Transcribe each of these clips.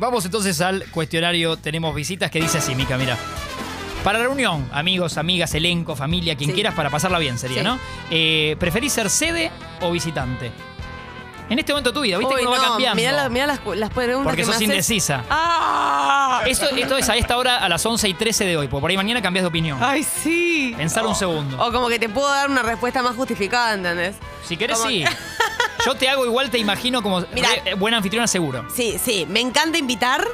Vamos entonces al cuestionario. Tenemos visitas que dice así, Mica, mira. Para reunión, amigos, amigas, elenco, familia, quien Sí. quieras, para pasarla bien sería, Sí. ¿no? Eh, ¿Preferís ser sede o visitante? En este momento de tu vida, ¿viste Uy, que uno va no, cambiando? mirá, la- mirá las, cu- las preguntas porque que sos me haces. indecisa. ¡Ah! Esto, esto es a esta hora, a las 11 y 13 de hoy, porque por ahí mañana cambias de opinión. ¡Ay, oh, sí! Pensar un segundo. O como que te puedo dar una respuesta más justificada, ¿entendés? si querés, como- sí. Yo te hago igual, te imagino como Mirá. re- eh, buena anfitriona seguro. Sí, sí. Me encanta invitar.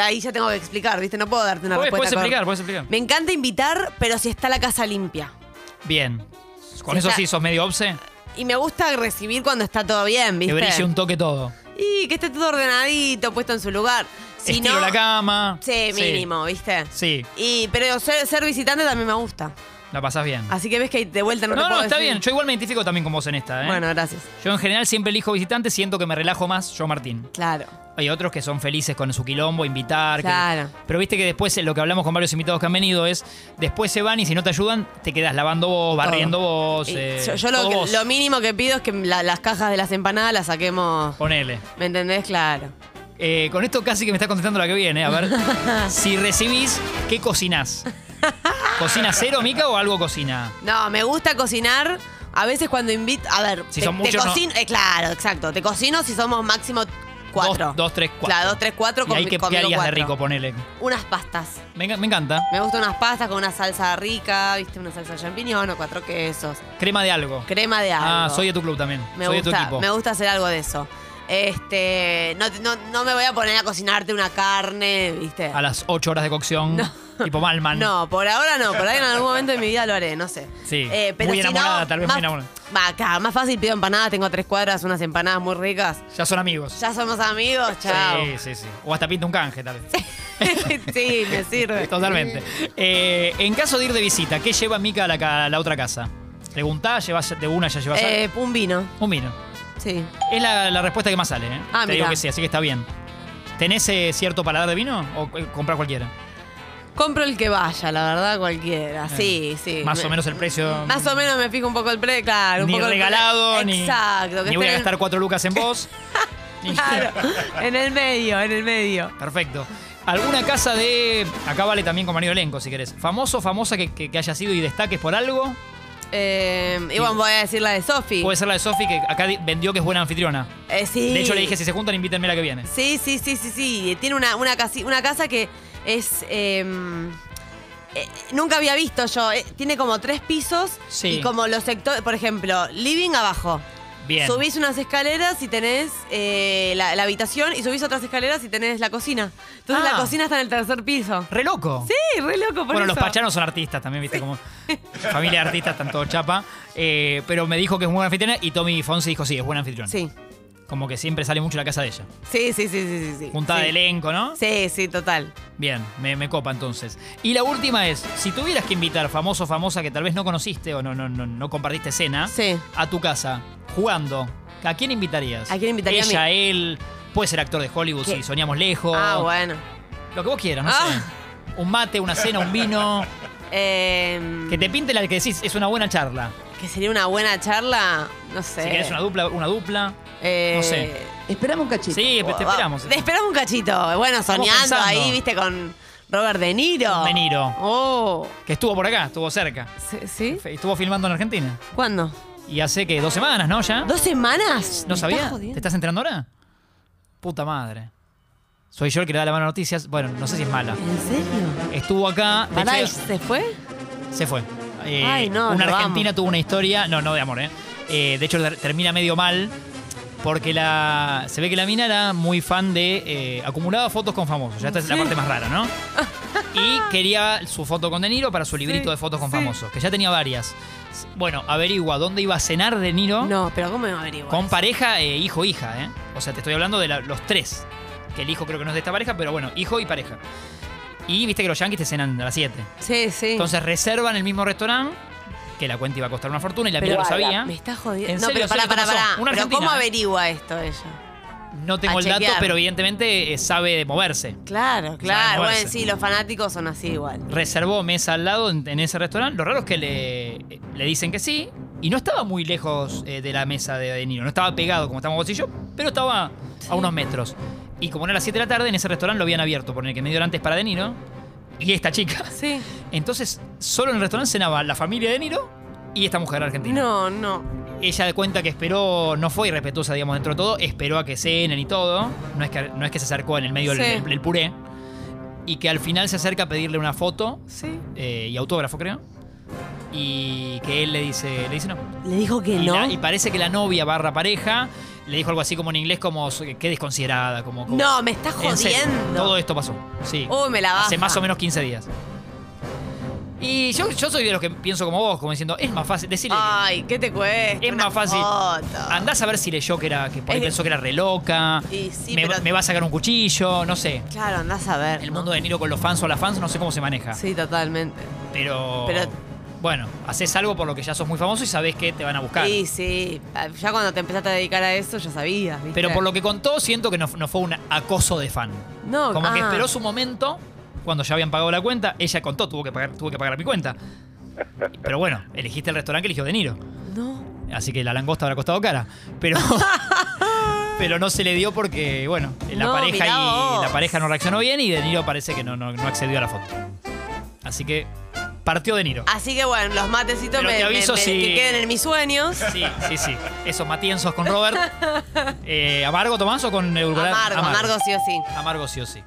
Ahí ya tengo que explicar, ¿viste? No puedo darte una Podés, podés respuesta. cor- explicar, podés explicar. Me encanta invitar, pero si está la casa limpia. Bien. Con Si eso está- sí sos medio obse. Y me gusta recibir cuando está todo bien, Que ¿viste? brille un toque todo. Y que esté todo ordenadito, puesto en su lugar. Si Estiro no, la cama. Sí, mínimo, ¿viste? Sí, Y, pero ser, ser visitante también me gusta. la pasás bien. Así que ves que de vuelta Ah, no, No, te puedo no, está decir. bien. Yo igual me identifico también con vos en esta, ¿eh? Bueno, gracias. Yo en general siempre elijo visitante, siento que me relajo más, yo Martín. Claro. Hay otros que son felices con su quilombo, invitar. que- Claro. Pero viste que después eh, lo que hablamos con varios invitados que han venido es, después se van y si no te ayudan, te quedas lavando vos, barriendo vos. Y eh, yo yo lo, todo que- vos. lo mínimo que pido es que la- las cajas de las empanadas las saquemos. Ponele. ¿Me entendés? Claro. Eh, con esto casi que me está contestando la que viene. A ver, si recibís, ¿qué cocinás? ¿Cocina cero, Mica, o algo cocina? No, me gusta cocinar. A veces cuando invito. A ver, Si te, son te muchos, no. cocino. eh, claro, exacto. Te cocino si somos máximo cuatro. Dos- dos, tres, cuatro. Claro, dos, tres, cuatro. Y con ahí mi- que conmigo harías de cuatro. rico, ponele. Unas pastas. Me, enca- me encanta. Me gustan unas pastas con una salsa rica, viste, una salsa de champiñón o cuatro quesos. Crema de algo. Crema de algo. Ah, soy de tu club también. me soy gusta, de tu equipo. Me gusta hacer algo de eso. Este, no, no, no me voy a poner a cocinarte una carne, viste. A las 8 horas de cocción. Tipo Malman. No, por ahora no, por ahí en algún momento de mi vida lo haré, no sé. Sí, Eh, pero muy si no, enamorada, tal vez más, muy enamorada. Va, acá, más fácil pido empanadas, tengo tres cuadras, unas empanadas muy ricas. Ya son amigos. Ya somos amigos, chao. Sí, sí, sí. O hasta pinta un canje, tal vez. sí, me sirve. Totalmente. Eh, en caso de ir de visita, ¿qué lleva Mica a la, ca- a la otra casa? Preguntás, llevas de una, ya llevas Eh, un vino, un vino. sí. Es la, la respuesta que más sale, ¿eh? Ah, Te mirá. digo que sí, así que está bien. ¿Tenés eh, cierto paladar de vino o eh, comprar cualquiera? Compro el que vaya, la verdad, cualquiera. Sí, sí. Eh, Más Me- o menos el precio. Más o menos me fijo un poco el precio, claro. un ni poco el pre- regalado, ni, Exacto. que ni voy a esté en- gastar cuatro lucas en vos. Ni- Claro, en el medio, en el medio. Perfecto. ¿Alguna casa de. Acá vale también con Mario Elenco, si querés. Famoso, famosa que, que- que haya sido y destaques por algo. Eh, y bueno, voy a decir la de Sofi. Puede ser la de Sofi, que acá di- vendió que es buena anfitriona. Eh, sí. pues, De hecho, le dije: si se juntan, invítenme la que viene. Sí, sí, sí, sí, sí. Tiene una, una, casi, una casa que es. eh, eh, nunca había visto yo. Eh, tiene como tres pisos Sí. y como los sectores. Por ejemplo, living abajo. Bien. Subís unas escaleras y tenés eh, la, la habitación y subís otras escaleras y tenés la cocina. Entonces Ah. la cocina está en el tercer piso. Re loco. Sí, re loco por Bueno, los eso. pachanos son artistas también, viste, como familia de artistas, tanto chapa. Eh, pero me dijo que es muy buena anfitriona y Tommy Fonsi dijo, sí, es buena anfitriona. Sí, Como que siempre sale mucho la casa de ella. sí, sí, sí, sí, sí. sí. Juntada sí. de elenco, ¿no? Sí, sí, total. Bien, me, me copa entonces. Y la última es, si tuvieras que invitar famoso famosa que tal vez no conociste o no, no, no, no compartiste cena Sí. a tu casa, jugando, ¿a quién invitarías? ¿A quién invitaría a mí? Ella, él, puede ser actor de Hollywood ¿Qué? si soñamos lejos. Ah, bueno. Lo que vos quieras, no Ah. sé. Un mate, una cena, un vino. Em, Que te pinte la que decís, es una buena charla. que sería una buena charla, no sé. Si querés una dupla, una dupla. Eh, no sé. Esperamos un cachito. Sí, pues, te va- esperamos. Te esperamos un cachito. Bueno, soñando pensando. ahí, viste, con Robert De Niro. De Niro. Oh. Que estuvo por acá, estuvo cerca. ¿Sí? sí? Estuvo filmando en Argentina. ¿Cuándo? Y hace que dos semanas, ¿no? Ya. ¿Dos semanas? ¿No Me sabía? estás ¿Te jodiendo. estás enterando ahora? Puta madre. Soy yo el que le da la mano a noticias. Bueno, no sé si es mala. ¿En serio? Estuvo acá. de Pará, ¿y hecho, ¿se fue? se fue. Eh, Ay, no, una lo argentina amo. tuvo una historia. No, no de amor, ¿eh? Eh, de hecho, ter- termina medio mal. Porque la se ve que la mina era muy fan de. eh, acumulaba fotos con famosos. Ya esta es la parte más rara, ¿no? Y quería su foto con De Niro para su librito Sí, de fotos con sí. famosos, que ya tenía varias. Bueno, averigua dónde iba a cenar De Niro. No, pero ¿cómo me averiguo? Con pareja, eh, hijo, hija, ¿eh? O sea, te estoy hablando de la- los tres. Que el hijo creo que no es de esta pareja, pero bueno, hijo y pareja. Y viste que los yanquis te cenan a las 7. Sí, sí. Entonces reservan el mismo restaurante, que la cuenta iba a costar una fortuna y la mina Pero lo a la- sabía. Me está jodiendo. En No, serio, pero en serio, pará, pará, esto pasó. pará. Una Pero argentina, ¿cómo ¿eh? averigua esto ella? No tengo a el dato, chequear. pero evidentemente eh, sabe de moverse. Claro, Saben claro. moverse. Bueno, sí, los fanáticos son así igual. Reservó mesa al lado en, en ese restaurante. Lo raro es que le, le dicen que sí. Y no estaba muy lejos eh, de la mesa de De Niro. No estaba pegado como estamos vos y yo, pero estaba a unos metros. Y como era las 7 de la tarde, en ese restaurante lo habían abierto, por el que medio hora antes para De Niro y esta chica. Sí. Entonces, solo en el restaurante cenaba la familia de Niro y esta mujer argentina. No, no. Ella de cuenta que esperó, no fue irrespetuosa, digamos, dentro de todo, esperó a que cenen y todo. No es que, no es que se acercó en el medio del Sí. del- del puré. Y que al final se acerca a pedirle una foto Sí. eh, y autógrafo, creo. Y que él le dice, le dice no. Le dijo que Y, no. la- y parece que la novia barra pareja le dijo algo así como en inglés, como qué desconsiderada, como. como- No, me estás En serio, todo jodiendo. Oh, esto pasó. Sí. Uy, me la baja. Hace más o menos 15 días. Y yo, yo soy de los que pienso como vos, como diciendo, es más fácil. Decirle, Ay, ¿qué te cuesta? es Una más fácil. Ah, foto. Andás a ver si leyó que era, que por ahí Es- pensó que era re loca. Y sí, me, pero- me va a sacar un cuchillo, no sé. Claro, andás a ver. El ¿no? mundo de Niro con los fans o las fans, no sé cómo se maneja. Sí, totalmente. Pero, Pero- Bueno, haces algo por lo que ya sos muy famoso y sabés que te van a buscar. Sí, sí. Ya cuando te empezaste a dedicar a eso, ya sabías, ¿viste? Pero por lo que contó, siento que no, no fue un acoso de fan. No, Como que ah. esperó su momento, cuando ya habían pagado la cuenta, ella contó, tuvo que pagar, tuve que pagar mi cuenta. Pero bueno, elegiste el restaurante que eligió De Niro. No. Así que la langosta habrá costado cara. Pero, pero no se le dio porque, bueno, la, No, pareja mirá y, vos. la pareja no reaccionó bien y De Niro parece que no, no, no accedió a la foto. Así que partió De Niro. Así que bueno, los matecitos Pero me, te me- aviso me- si- que queden en mis sueños. Sí, sí, sí. Eso, matienzos con Robert. Eh, ¿Amargo Tomás o con Uruguay? Amargo, amargo sí o sí. Amargo sí o sí.